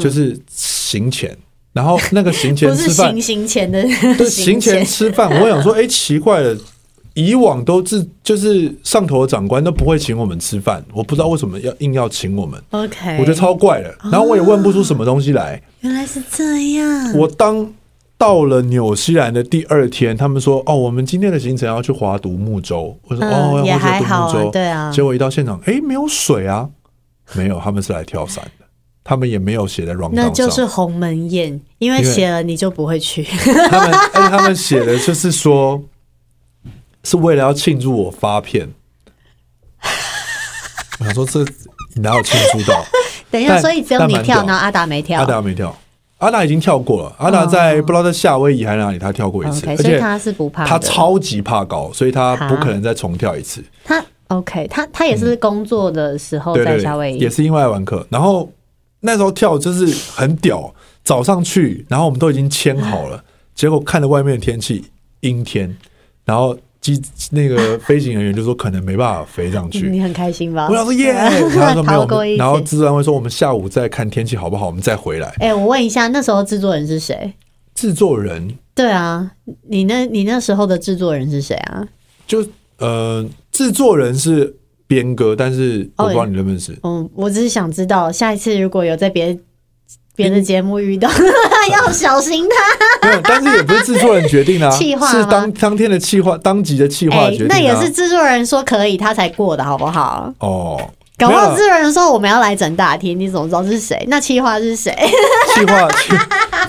Speaker 2: 就是行前，然后那个行前
Speaker 1: 嗯不是
Speaker 2: 吃饭
Speaker 1: 行刑前的
Speaker 2: 对，行
Speaker 1: 行
Speaker 2: 前吃饭，我想说，哎、奇怪了，以往都是就是上头的长官都不会请我们吃饭，我不知道为什么要硬要请我们，
Speaker 1: OK，
Speaker 2: 我觉得超怪的。然后我也问不出什么东西来。
Speaker 1: 原来是这样。
Speaker 2: 我当到了纽西兰的第二天，他们说，哦，我们今天的行程要去划独木舟。我说，
Speaker 1: 嗯
Speaker 2: 哦，
Speaker 1: 也
Speaker 2: 要划
Speaker 1: 还好
Speaker 2: 独木
Speaker 1: 啊
Speaker 2: 舟。
Speaker 1: 对啊
Speaker 2: 结果一到现场，哎、没有水啊，没有，他们是来跳伞的，他们也没有写在 r o u n d
Speaker 1: 那
Speaker 2: 上。
Speaker 1: 就是鸿门宴，因为
Speaker 2: 因为
Speaker 1: 写了你就不会去。
Speaker 2: 他们，而且他们写的就是说，是为了要庆祝我发片。我想说这你哪有庆祝到？
Speaker 1: 等一下，
Speaker 2: 但
Speaker 1: 所以只有
Speaker 2: 但
Speaker 1: 你
Speaker 2: 蛮
Speaker 1: 跳，
Speaker 2: 屌
Speaker 1: 然后阿达没跳。
Speaker 2: 阿达没跳，阿达已经跳过了。阿达在不知道在夏威夷还是哪里，他跳过一次，
Speaker 1: 哦 OK，
Speaker 2: 而
Speaker 1: 所以
Speaker 2: 且
Speaker 1: 他是不怕的
Speaker 2: 他超级怕高，所以他不
Speaker 1: 啊
Speaker 2: 可能再重跳一次。
Speaker 1: 他 OK，他他也是工作的时候
Speaker 2: 嗯对
Speaker 1: 在
Speaker 2: 对
Speaker 1: 夏威
Speaker 2: 对，
Speaker 1: 夷，
Speaker 2: 也是因为爱玩课。然后那时候跳就是很屌，早上去，然后我们都已经签 好了，结果看着外面的天气阴天，然后机那个飞行人员就说可能没办法飞上去。
Speaker 1: 你很开心吧
Speaker 2: 我？想说耶，然后他说没有，
Speaker 1: 逃过一劫
Speaker 2: 我们然后制作单位说我们下午再看天气好不好，我们再回来。
Speaker 1: 哎、我问一下，那时候制作人是谁？
Speaker 2: 制作人
Speaker 1: 对啊，你那你那时候的制作人是谁啊？
Speaker 2: 就呃，制作人是边哥，但是我不知道
Speaker 1: 哦
Speaker 2: 你认不认识。
Speaker 1: 嗯，我只是想知道，下一次如果有在别别的节目遇到，
Speaker 3: 要小心他。
Speaker 2: 没有，但是也不是制作人决定的、啊，
Speaker 1: 企划吗
Speaker 2: 是当当天的企划，当即的企划
Speaker 1: 哎、
Speaker 2: 决定、啊
Speaker 1: 那也是制作人说可以，他才过的好不好？
Speaker 2: 哦，
Speaker 1: 搞不
Speaker 2: 没有
Speaker 1: 好
Speaker 2: 啦
Speaker 1: 制作人说我们要来整大厅，你怎么知道是谁？那企划是谁？
Speaker 2: 企划 企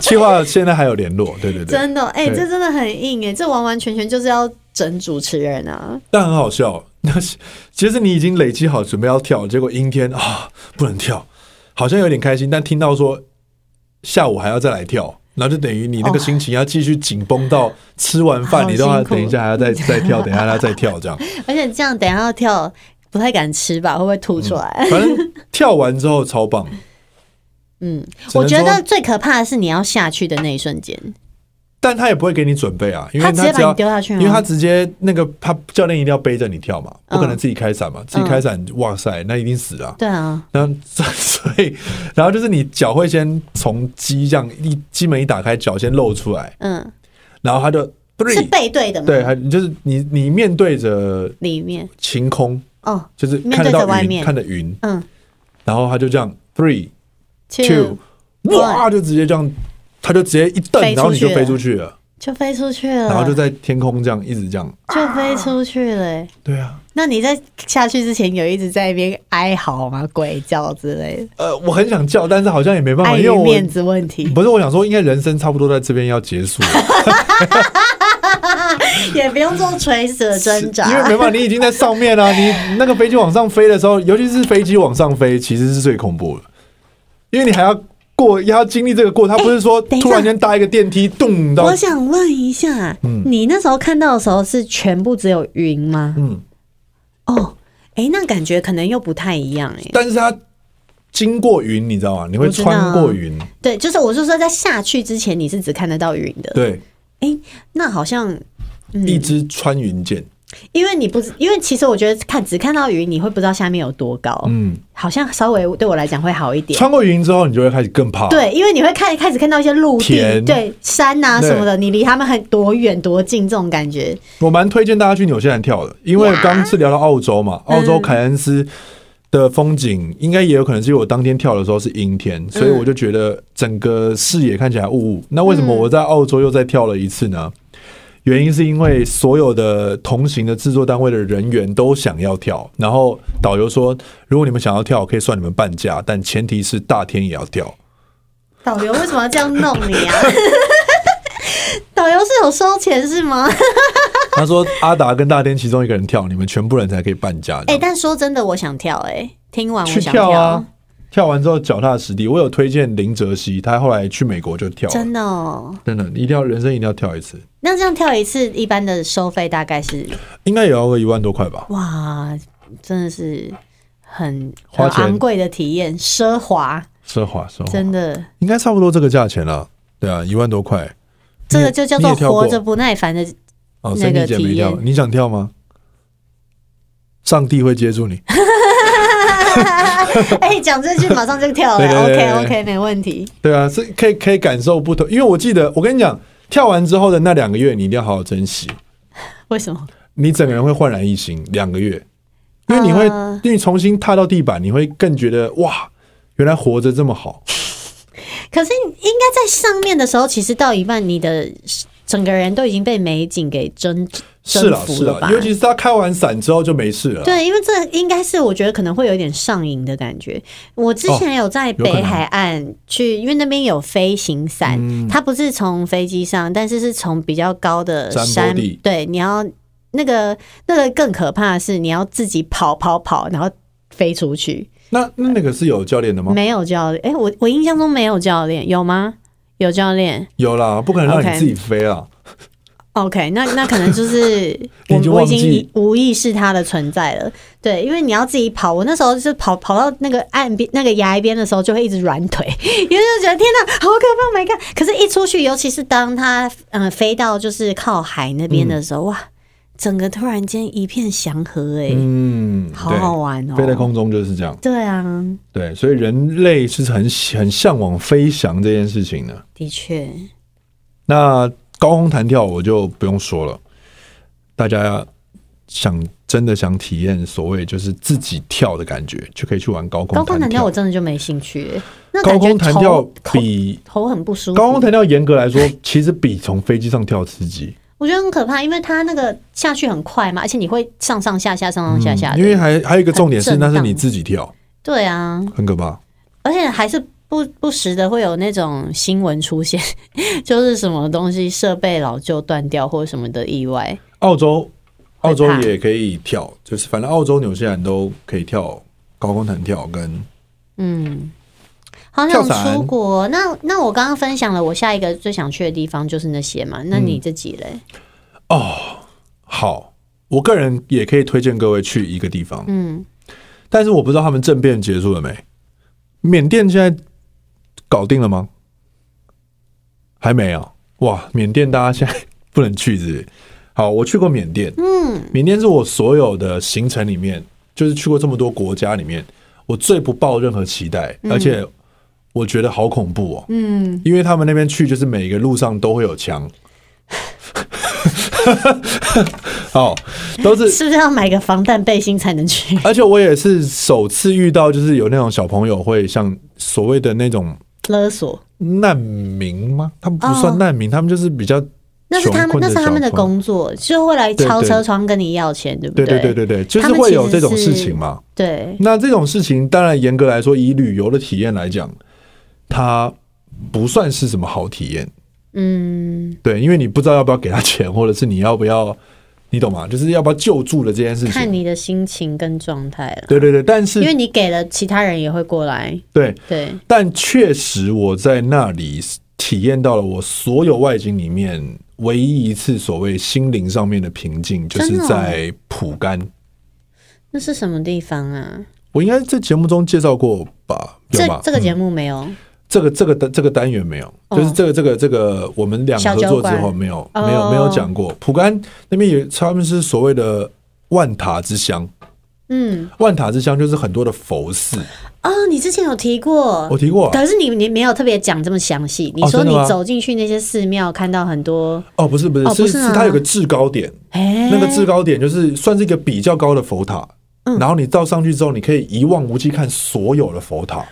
Speaker 2: 企划现在还有联络，对对对，
Speaker 1: 真的，哎、
Speaker 2: 对
Speaker 1: 这真的很硬哎、这完完全全就是要整主持人啊！
Speaker 2: 但很好笑。 那是其实你已经累积好准备要跳，结果阴天啊不能跳，好像有点开心，但听到说下午还要再来跳，然后就等于你那
Speaker 1: 哦
Speaker 2: 个心情要继续紧绷到吃完饭，
Speaker 1: 好
Speaker 2: 你都要
Speaker 1: 辛苦
Speaker 2: 等一下还要再再跳，等一下还要再跳这样。
Speaker 1: 而且这样等一下要跳，不太敢吃吧？会不会
Speaker 2: 嗯
Speaker 1: 吐出来？
Speaker 2: 反正跳完之后超棒，
Speaker 1: 嗯，
Speaker 2: 只能
Speaker 1: 我觉得
Speaker 2: 说，
Speaker 1: 最可怕的是你要下去的那一瞬间，
Speaker 2: 但他也不会给你准备啊，因为
Speaker 1: 他直接
Speaker 2: 只
Speaker 1: 把
Speaker 2: 要
Speaker 1: 你丢下去吗？
Speaker 2: 因为他直接那个他教练一定要背着你跳嘛，不可能
Speaker 1: 嗯
Speaker 2: 自己开伞嘛，自己开伞，哇塞，那一定死啊。
Speaker 1: 对啊，
Speaker 2: 然后 所以，然后就是你脚会先从机这样一机门一打开，脚先露出来，
Speaker 1: 嗯，
Speaker 2: 然后他就是 three，
Speaker 1: 背对的吗？
Speaker 2: 对，，还就是你你面对着
Speaker 1: 里面
Speaker 2: 晴空，
Speaker 1: 哦，
Speaker 2: 就是
Speaker 1: 面对
Speaker 2: 看得
Speaker 1: 着
Speaker 2: 到
Speaker 1: 外
Speaker 2: 云，
Speaker 1: 面
Speaker 2: 看着云，
Speaker 1: 嗯
Speaker 2: 然后他就这样 three two，
Speaker 1: ，two
Speaker 2: 哇，就直接这样，他就直接一蹬，
Speaker 1: 飞出去
Speaker 2: 然后你就飞
Speaker 1: 了嗯
Speaker 2: 出去了，
Speaker 1: 就飞出去了，
Speaker 2: 然后就在天空这样一直这样，
Speaker 1: 就飞出去了欸、
Speaker 2: 对啊，
Speaker 1: 那你在下去之前有一直在那边哀嚎吗？鬼叫之类的，
Speaker 2: 呃，我很想叫，但是好像也没办法，
Speaker 1: 碍
Speaker 2: 因
Speaker 1: 于
Speaker 2: 为我
Speaker 1: 面子问题，
Speaker 2: 不是我想说，应该人生差不多在这边要结束了。
Speaker 1: 也不用做垂死的挣
Speaker 2: 因为
Speaker 1: 扎。
Speaker 2: 没办法，你已经在上面了、你那个飞机往上飞的时候，尤 其是飞机往上飞，其实是最恐怖的，因为你还要过，要经历这个过。它不是说
Speaker 1: 哎等一下
Speaker 2: 突然间搭一个电梯，咚到
Speaker 1: 我，想问一下，你那时候看到的时候是全部只有云吗？
Speaker 2: 嗯，
Speaker 1: 哦，哎、那感觉可能又不太一样哎、
Speaker 2: 但是它经过云，你知道吗？你会
Speaker 1: 我知道啊
Speaker 2: 穿过云，
Speaker 1: 对，就是我是说在下去之前你是只看得到云的，
Speaker 2: 对，
Speaker 1: 那好像。嗯
Speaker 2: 一支穿云箭，
Speaker 1: 因为你不知，因为其实我觉得看只看到云，你会不知道下面有多高，
Speaker 2: 嗯，
Speaker 1: 好像稍微对我来讲会好一点。
Speaker 2: 穿过云之后，你就会开始更怕，，
Speaker 1: 对，因为你会看开始看到一些陆地、
Speaker 2: 田
Speaker 1: 对山呐、
Speaker 2: 对
Speaker 1: 什么的，你离他们很多远多近这种感觉。
Speaker 2: 我蛮推荐大家去纽西兰跳的，因为刚是聊到澳洲嘛，
Speaker 1: 嗯
Speaker 2: 澳洲凯恩斯的风景应该也有可能是因为我当天跳的时候是阴天，
Speaker 1: 嗯
Speaker 2: 所以我就觉得整个视野看起来雾雾。那为什么我在澳洲又再跳了一次呢？原因是因为所有的同行的制作单位的人员都想要跳，然后导游说，如果你们想要跳，可以算你们半价，但前提是大天也要跳。
Speaker 1: 导游为什么要这样弄你啊？ 导游是有收钱是吗？
Speaker 2: 他说阿达跟大天其中一个人跳，你们全部人才可以半价。
Speaker 1: 哎、但说真的，我想跳哎、听完我
Speaker 2: 去
Speaker 1: 想
Speaker 2: 跳啊！跳完之后脚踏实地，我有推荐林哲熙，他后来去美国就跳了，
Speaker 1: 真的哦。
Speaker 2: 真的，你一定要人生一定要跳一次，
Speaker 1: 那这样跳一次，一般的收费大概是
Speaker 2: 应该也要个一万多块吧。
Speaker 1: 哇，真的是很
Speaker 2: 花
Speaker 1: 很
Speaker 2: 钱
Speaker 1: 昂贵的体验，奢华，
Speaker 2: 奢华奢华，
Speaker 1: 真的。
Speaker 2: 应该差不多这个价钱了。对啊，一万多块。
Speaker 1: 这
Speaker 2: 你
Speaker 1: 个
Speaker 2: 也
Speaker 1: 就叫
Speaker 2: 你也
Speaker 1: 做
Speaker 2: 跳
Speaker 1: 活
Speaker 2: 过
Speaker 1: 着不耐烦的
Speaker 2: 哦，
Speaker 1: 那
Speaker 2: 森
Speaker 1: 个
Speaker 2: 迪姐没
Speaker 1: 体
Speaker 2: 跳
Speaker 1: 验，
Speaker 2: 你想跳吗？上帝会接 住你。
Speaker 1: 哎、讲这句马上就跳了
Speaker 2: 对对对对
Speaker 1: o k OK，没问题。
Speaker 2: 对啊，是可以可以感受不同，因为我记得我跟你讲，跳完之后的那两个月，你一定要好好珍惜，
Speaker 1: 为什么？
Speaker 2: 你整个人会焕然一新。两个月，因为你会，
Speaker 1: 呃
Speaker 2: 因为你重新踏到地板，你会更觉得哇，原来活着这么好。
Speaker 1: 可是应该在上面的时候，其实到一半，你的整个人都已经被美景给征
Speaker 2: 是
Speaker 1: 征
Speaker 2: 啦
Speaker 1: 服
Speaker 2: 是
Speaker 1: 了吧？
Speaker 2: 啦，尤其是他开完伞之后就没事了。，
Speaker 1: 对，因为这应该是我觉得可能会有点上瘾的感觉。我之前有在
Speaker 2: 有可
Speaker 1: 北
Speaker 2: 能
Speaker 1: 海岸去，因为那边有飞行伞，
Speaker 2: 嗯
Speaker 1: 它不是从飞机上，但是是从比较高的
Speaker 2: 山坡
Speaker 1: 山
Speaker 2: 地，
Speaker 1: 对，你要那个那个更可怕的是，你要自己跑跑跑，然后飞出去。
Speaker 2: 那那那个是有教练的吗？
Speaker 1: 没有教练，哎、我我印象中没有教练，有吗？有教练
Speaker 2: 有啦，不可能让
Speaker 1: OK
Speaker 2: 你自己飞啊啦。
Speaker 1: ，OK，那那可能就是 我
Speaker 2: 你就
Speaker 1: 我
Speaker 2: 忘
Speaker 1: 已经
Speaker 2: 记
Speaker 1: 已无意识它的存在了。对，因为你要自己跑，我那时候就是跑跑到那个岸边、那个崖边的时候，就会一直软腿， 因为就觉得天哪，好可怕，My God！可是，一出去，尤其是当它嗯、呃飞到就是靠海那边
Speaker 2: 嗯
Speaker 1: 的时候，哇，整个突然间一片祥和、哎、
Speaker 2: 嗯，
Speaker 1: 好好玩哦、
Speaker 2: 对，飞在空中就是这样。
Speaker 1: 对啊，
Speaker 2: 对，所以人类是很很向往飞翔这件事情的。
Speaker 1: 的确，
Speaker 2: 那高空弹跳我就不用说了，大家想真的想体验所谓就是自己跳的感觉，就可以去玩高空
Speaker 1: 高空
Speaker 2: 弹
Speaker 1: 弹跳
Speaker 2: 跳
Speaker 1: 我。真的就没兴趣、哎那
Speaker 2: 高
Speaker 1: 感觉
Speaker 2: 空弹
Speaker 1: 头
Speaker 2: 跳
Speaker 1: 头
Speaker 2: 比
Speaker 1: 头很不舒服。
Speaker 2: 高空弹跳严格来说，其实比从飞机上跳刺激，
Speaker 1: 我觉得很可怕，因为它那个下去很快嘛，而且你会上上下下、上上下下的。
Speaker 2: 嗯因为还还有一个重点是
Speaker 1: 很震
Speaker 2: 那
Speaker 1: 荡
Speaker 2: 是你自己跳，
Speaker 1: 对啊，
Speaker 2: 很可怕。
Speaker 1: 而且还是不不时的会有那种新闻出现， 就是什么东西设备老旧断掉或什么的意外。
Speaker 2: 澳洲
Speaker 1: 会怕
Speaker 2: 澳洲也可以跳，就是反正澳洲、纽西兰都可以跳高空弹跳跟
Speaker 1: 嗯，好
Speaker 2: 跳
Speaker 1: 想
Speaker 2: 伞
Speaker 1: 出国。那那我刚刚分享了我下一个最想去的地方就是那些嘛，那你自己嘞？
Speaker 2: 嗯好。我个人也可以推荐各位去一个地方，
Speaker 1: 嗯，
Speaker 2: 但是我不知道他们政变结束了没？缅甸现在搞定了吗？还没有哇！缅甸大家现在不能去是不是好，我去过缅甸，嗯，缅甸是我所有的行程里面，就是去过这么多国家里面，我最不抱任何期待，而且我觉得好恐怖哦，嗯，因为他们那边去就是每个路上都会有枪， 哦，都是
Speaker 1: 是不是要买个防弹背心才能去？
Speaker 2: 而且我也是首次遇到，就是有那种小朋友会像所谓的那种
Speaker 1: 勒索？
Speaker 2: 难民吗？他们不
Speaker 1: 哦
Speaker 2: 算难民，他们就是比较
Speaker 1: 那是他
Speaker 2: 穷
Speaker 1: 们，
Speaker 2: 困
Speaker 1: 那是他们的
Speaker 2: 小朋友。
Speaker 1: 工作，就会来敲
Speaker 2: 对对
Speaker 1: 车窗跟你要钱，对不
Speaker 2: 对对
Speaker 1: 哦对
Speaker 2: 对对对，就
Speaker 1: 他
Speaker 2: 是
Speaker 1: 们
Speaker 2: 会
Speaker 1: 其
Speaker 2: 有
Speaker 1: 实
Speaker 2: 这种事
Speaker 1: 是
Speaker 2: 情嘛。
Speaker 1: 对
Speaker 2: 那这种事情，当然严格来说，以旅游的体验来讲，它不算是什么好体验。
Speaker 1: 嗯，
Speaker 2: 对，因为你不知道要不要给他钱，或者是你要不要，你懂吗？就是要不要救助的这件事
Speaker 1: 看
Speaker 2: 情。
Speaker 1: 你的心情跟状态了。
Speaker 2: 对对对，但
Speaker 1: 因为
Speaker 2: 是
Speaker 1: 你给了，其他人也会过来。
Speaker 2: 对，
Speaker 1: 对，
Speaker 2: 但确实我在那里体验到了我所有外景里面唯一一次所谓心灵上面的平静，就
Speaker 1: 真
Speaker 2: 是
Speaker 1: 的哦
Speaker 2: 在蒲甘。
Speaker 1: 那是什么地方啊？
Speaker 2: 我应该在节目中介绍过吧？有嗯
Speaker 1: 这
Speaker 2: 吧？
Speaker 1: 这个节目没有、
Speaker 2: 这个这个这个单元没有，
Speaker 1: 哦
Speaker 2: 就是这个这个这个我们两个
Speaker 1: 小
Speaker 2: 合
Speaker 1: 酒
Speaker 2: 作之后
Speaker 1: 馆
Speaker 2: 没有
Speaker 1: 哦
Speaker 2: 没有没有讲过。蒲甘那边也他们是所谓的万塔之乡，
Speaker 1: 嗯，
Speaker 2: 万塔之乡就是很多的佛寺，
Speaker 1: 哦，你之前有提过，
Speaker 2: 我提过啊
Speaker 1: 可是你你没有特别讲这么详细。你说
Speaker 2: 真的
Speaker 1: 你
Speaker 2: 吗
Speaker 1: 走进去那些寺庙，看到很多，
Speaker 2: 哦，不是不是
Speaker 1: 哦不
Speaker 2: 是
Speaker 1: 是
Speaker 2: 是
Speaker 1: 吗
Speaker 2: 它有个制高点，
Speaker 1: 哎、
Speaker 2: 那个制高点就是算是一个比较高的佛塔，然后你到上去之后，你可以一望无际看所有的佛塔。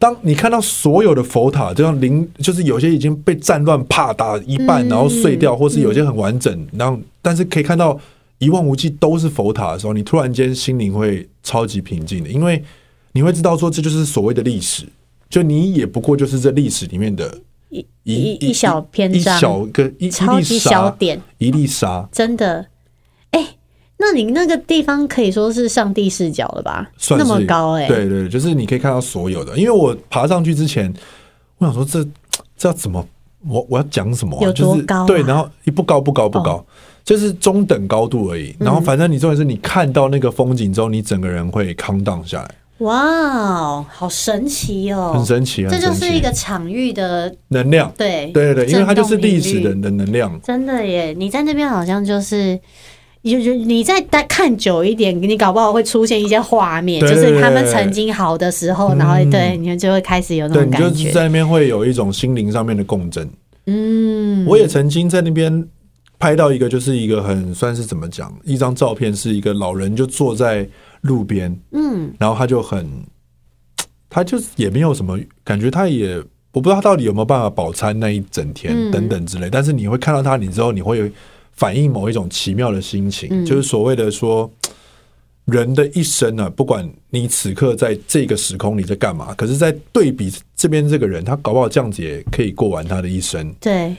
Speaker 2: 当你看到所有的佛塔，就像零，就是有些已经被战乱啪打一半，嗯然后碎掉，或是有些很完整，然后但是可以看到一望无际都是佛塔的时候，你突然间心灵会超级平静的，因为你会知道说这就是所谓的历史，就你也不过就是这历史里面的
Speaker 1: 一
Speaker 2: 一
Speaker 1: 一一小篇
Speaker 2: 一
Speaker 1: 章，
Speaker 2: 小个一一
Speaker 1: 超
Speaker 2: 粒
Speaker 1: 级
Speaker 2: 沙
Speaker 1: 小点，
Speaker 2: 一粒沙，
Speaker 1: 真的。哎、那你那个地方可以说是上帝视角了吧？
Speaker 2: 算
Speaker 1: 那
Speaker 2: 是
Speaker 1: 么高哎、
Speaker 2: 对对，就是你可以看到所有的。因为我爬上去之前，我想说这这要怎么，我我要讲什么啊、
Speaker 1: 有多
Speaker 2: 就是
Speaker 1: 高啊哦
Speaker 2: 对，然后也不高不高不高，就是中等高度而已。然
Speaker 1: 嗯
Speaker 2: 后反正你重点是你看到那个风景之后，你整个人会 calm down 下来，
Speaker 1: 哇哦，好神奇哦！
Speaker 2: 很神奇，
Speaker 1: 这
Speaker 2: 很
Speaker 1: 就
Speaker 2: 神
Speaker 1: 是一
Speaker 2: 奇。
Speaker 1: 个场域的
Speaker 2: 能量，
Speaker 1: 对
Speaker 2: 对对对，因为它就是
Speaker 1: 震动频
Speaker 2: 历史
Speaker 1: 率
Speaker 2: 的能能量。
Speaker 1: 真的耶！你在那边好像就是，有有你再待看久一点，你搞不好会出现一些画面，
Speaker 2: 对
Speaker 1: 就是他们曾经好的时候，然后对，你们就会开始有那
Speaker 2: 嗯对，
Speaker 1: 种
Speaker 2: 你就
Speaker 1: 感
Speaker 2: 是
Speaker 1: 觉。
Speaker 2: 在那边会有一种心灵上面的共振。
Speaker 1: 嗯，
Speaker 2: 我也曾经在那边拍到一个，就是一个很算是怎么讲，一张照片是一个老人就坐在路边，
Speaker 1: 嗯，
Speaker 2: 然后他就很，他就是也没有什么感觉，他也我不知道他到底有没有办法饱餐那一整天、
Speaker 1: 嗯
Speaker 2: 等等之类，但是你会看到他，你之后你会有反映某一种奇妙的心情，
Speaker 1: 嗯
Speaker 2: 就是所谓的说。人的一生呢、啊，不管你此刻在这个时空你在干嘛，可是，在对比这边这个人，他搞不好这样子也可以过完他的一生。
Speaker 1: 对，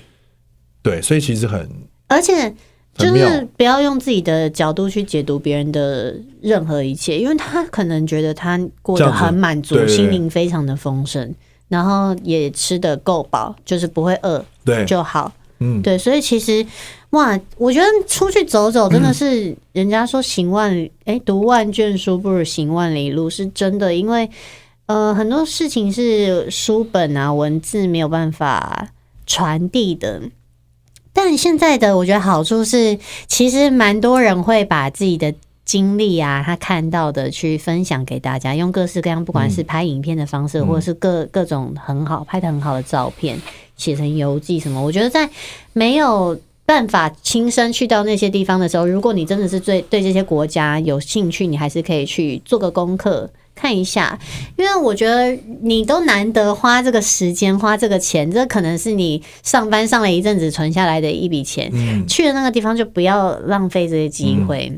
Speaker 2: 对，所以其实很
Speaker 1: 而且就
Speaker 2: 很妙
Speaker 1: 是不要用自己的角度去解读别人的任何一切，因为他可能觉得他过
Speaker 2: 这
Speaker 1: 得
Speaker 2: 样子
Speaker 1: 很满足，
Speaker 2: 对对对
Speaker 1: 心灵非常的丰盛，然后也吃得够饱，就是不会饿
Speaker 2: 对，
Speaker 1: 就好。
Speaker 2: 嗯，
Speaker 1: 对，所以其实哇，我觉得出去走走真的是，人家说行万里，哎、读万卷书不如行万里路，是真的，因为呃，很多事情是书本啊、文字没有办法传递的。但现在的我觉得好处是，其实蛮多人会把自己的经历啊，他看到的去分享给大家，用各式各样，不管是拍影片的方式，或者是各各种很好拍的很好的照片，写成游记什么。我觉得在没有办法亲身去到那些地方的时候，如果你真的是对对这些国家有兴趣，你还是可以去做个功课。看一下，因为我觉得你都难得花这个时间、花这个钱，这可能是你上班上了一阵子存下来的一笔钱。
Speaker 2: 嗯
Speaker 1: 去了那个地方就不要浪费这些机会。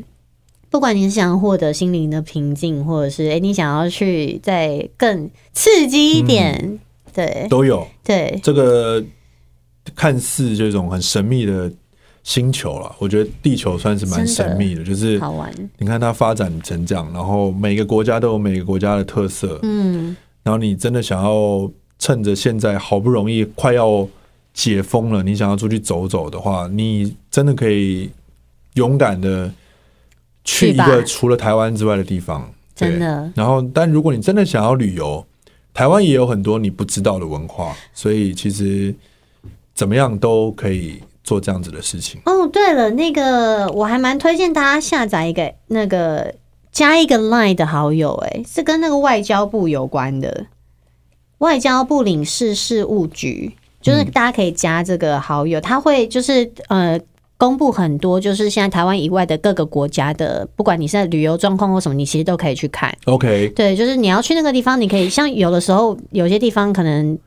Speaker 1: 不管你是想获得心灵的平静，或者是诶你想要去再更刺激一点，
Speaker 2: 嗯
Speaker 1: 对
Speaker 2: 都有
Speaker 1: 对，
Speaker 2: 这个看似这种很神秘的星球了，我觉得地球算是蛮
Speaker 1: 真的
Speaker 2: 神秘的，就是
Speaker 1: 好玩，
Speaker 2: 你看它发展成这样，然后每个国家都有每个国家的特色，
Speaker 1: 嗯，
Speaker 2: 然后你真的想要趁着现在好不容易快要解封了，你想要出去走走的话，你真的可以勇敢的去一
Speaker 1: 去吧
Speaker 2: 个除了台湾之外的地方，对
Speaker 1: 真。的
Speaker 2: 然后，但如果你真的想要旅游，台湾也有很多你不知道的文化，所以其实怎么样都可以做这样子的事情。
Speaker 1: 哦。对了，那个我还蛮推荐大家下载一个那个加一个 Line 的好友、诶是跟那个外交部有关的，外交部领事事务局，就是大家可以加这个好友，他会就是呃。公布很多，就是现在台湾以外的各个国家的，不管你是在旅游状况或什么，你其实都可以去看。
Speaker 2: OK，
Speaker 1: 对，就是你要去那个地方，你可以像有的时候有些地方可能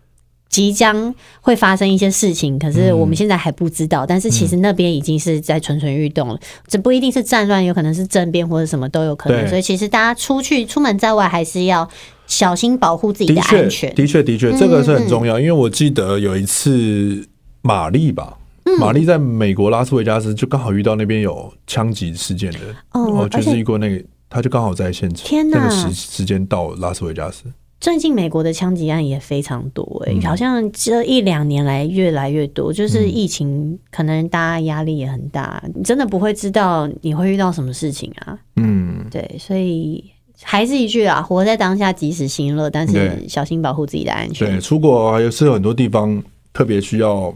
Speaker 1: 即将会发生一些事情，可是
Speaker 2: 嗯
Speaker 1: 我们现在还不知道。但是其实那边已经是在蠢蠢欲动了，这不一定是战乱，有可能是政变或者什么都有可能。
Speaker 2: 对
Speaker 1: 所以其实大家出去出门在外还是要小心保护自己
Speaker 2: 的
Speaker 1: 安
Speaker 2: 确，
Speaker 1: 全。嗯
Speaker 2: 的确，的确，这个是很重要，因为我记得有一次玛丽吧。
Speaker 1: 嗯
Speaker 2: 玛丽在美国拉斯维加斯就刚好遇到那边有枪击事件的，
Speaker 1: 哦
Speaker 2: 哦，就
Speaker 1: 而且
Speaker 2: 是一过那个，他就刚好在现场，
Speaker 1: 天哪
Speaker 2: 那个时时间到拉斯维加斯，
Speaker 1: 最近美国的枪击案也非常多、
Speaker 2: 嗯
Speaker 1: 欸，好像这一两年来越来越多，就是疫情可能大家压力也很大，你真的不会知道你会遇到什么事情啊。
Speaker 2: 嗯，
Speaker 1: 对，所以还是一句啊，活在当下，及时行乐，但
Speaker 2: 对
Speaker 1: 是小心保护自己的安
Speaker 2: 对，
Speaker 1: 全。
Speaker 2: 出国还有是有很多地方特别需要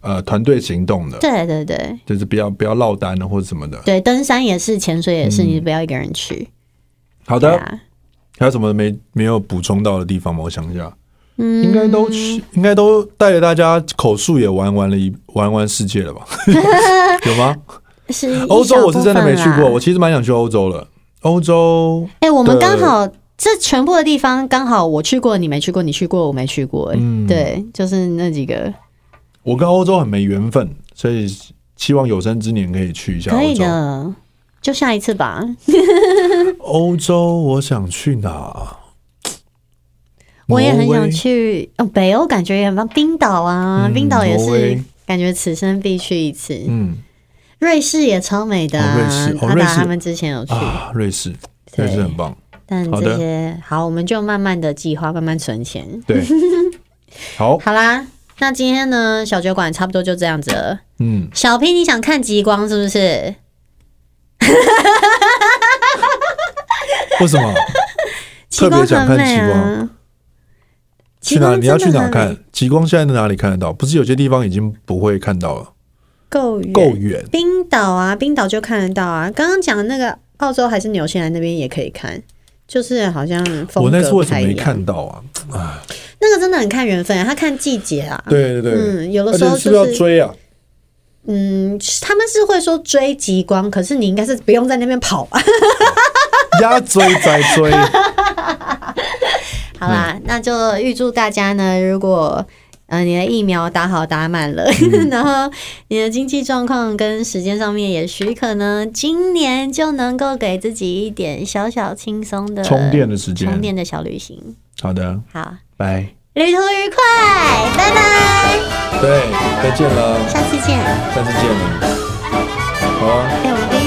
Speaker 2: 呃团队行动的，
Speaker 1: 对对对
Speaker 2: 就是不要不要落单了啊或者什么的。
Speaker 1: 对，登山也是，潜水也是，你不要一个人去。
Speaker 2: 嗯好
Speaker 1: 对
Speaker 2: 的，
Speaker 1: 啊，
Speaker 2: 还有什么没没有补充到的地方吗？我想一下，
Speaker 1: 嗯，
Speaker 2: 应该都去，应该都带着大家口述也玩完了一玩完世界了吧？有吗？
Speaker 1: 是一
Speaker 2: 欧洲
Speaker 1: 小
Speaker 2: 我是
Speaker 1: 部
Speaker 2: 真的
Speaker 1: 分
Speaker 2: 没去
Speaker 1: 啦
Speaker 2: 过，我其实蛮想去欧洲了。欧洲，
Speaker 1: 哎、我们
Speaker 2: 的
Speaker 1: 刚好这全部的地方刚好我去过，你没去过；你去过，我没去过、哎
Speaker 2: 嗯
Speaker 1: 对，就是那几个
Speaker 2: 我跟欧洲很没缘分，所以希望有生之年可以去一下
Speaker 1: 可
Speaker 2: 啊欧
Speaker 1: 以
Speaker 2: 洲。
Speaker 1: 的，就下一次吧。
Speaker 2: 欧洲，我想去哪？
Speaker 1: 我也很
Speaker 2: 挪威
Speaker 1: 想去，哦，北欧感觉也很棒，冰岛啊，
Speaker 2: 嗯
Speaker 1: 冰岛也
Speaker 2: 挪威
Speaker 1: 是感觉此生必去一次。
Speaker 2: 嗯
Speaker 1: 瑞士也超美的、啊
Speaker 2: 哦瑞士哦
Speaker 1: 阿
Speaker 2: 瑞
Speaker 1: 达
Speaker 2: 士
Speaker 1: 他们之前有去，
Speaker 2: 啊，瑞士，瑞士很棒。
Speaker 1: 但
Speaker 2: 好
Speaker 1: 这
Speaker 2: 的
Speaker 1: 些好我们就慢慢的计划，慢慢存钱。
Speaker 2: 对，好，
Speaker 1: 好啦，那今天呢，小酒馆差不多就这样子了。
Speaker 2: 嗯，
Speaker 1: 小 P，你想看极光是不是？
Speaker 2: 为什么？
Speaker 1: 极
Speaker 2: 特
Speaker 1: 光
Speaker 2: 别想
Speaker 1: 很
Speaker 2: 看
Speaker 1: 美
Speaker 2: 极光，
Speaker 1: 啊！
Speaker 2: 去哪？你要
Speaker 1: 极光
Speaker 2: 去哪
Speaker 1: 真的很美
Speaker 2: 看？极光现在在哪里看得到？不是有些地方已经不会看到了，
Speaker 1: 够远，
Speaker 2: 够远。
Speaker 1: 冰岛啊，冰岛就看得到啊。刚刚讲的那个澳洲还是纽西兰那边也可以看，就是好像风
Speaker 2: 我那次
Speaker 1: 格
Speaker 2: 为
Speaker 1: 不
Speaker 2: 什么
Speaker 1: 太
Speaker 2: 没
Speaker 1: 一样。
Speaker 2: 看到啊？啊，
Speaker 1: 那个真的很看缘分，他看季节啊。
Speaker 2: 对对对，
Speaker 1: 嗯，有的
Speaker 2: 而
Speaker 1: 时
Speaker 2: 且
Speaker 1: 候
Speaker 2: 是不是
Speaker 1: 就
Speaker 2: 要 追啊？
Speaker 1: 嗯，他们是会说追极光，可是你应该是不用在那边跑啊
Speaker 2: 嗯
Speaker 1: 吧？
Speaker 2: 压追再 追，
Speaker 1: 好啦，那就预祝大家呢，如果呃你的疫苗打好打满了，
Speaker 2: 嗯
Speaker 1: 然后你的经济状况跟时间上面也许可呢，今年就能够给自己一点小小轻松的
Speaker 2: 充电的时间
Speaker 1: 充。电的小旅行。
Speaker 2: 好的，
Speaker 1: 好，
Speaker 2: 拜。
Speaker 1: 旅途愉快，拜拜，
Speaker 2: 对，再见了，
Speaker 1: 下次见。哎
Speaker 2: 下次见了。好啊。
Speaker 1: 哎、我们可以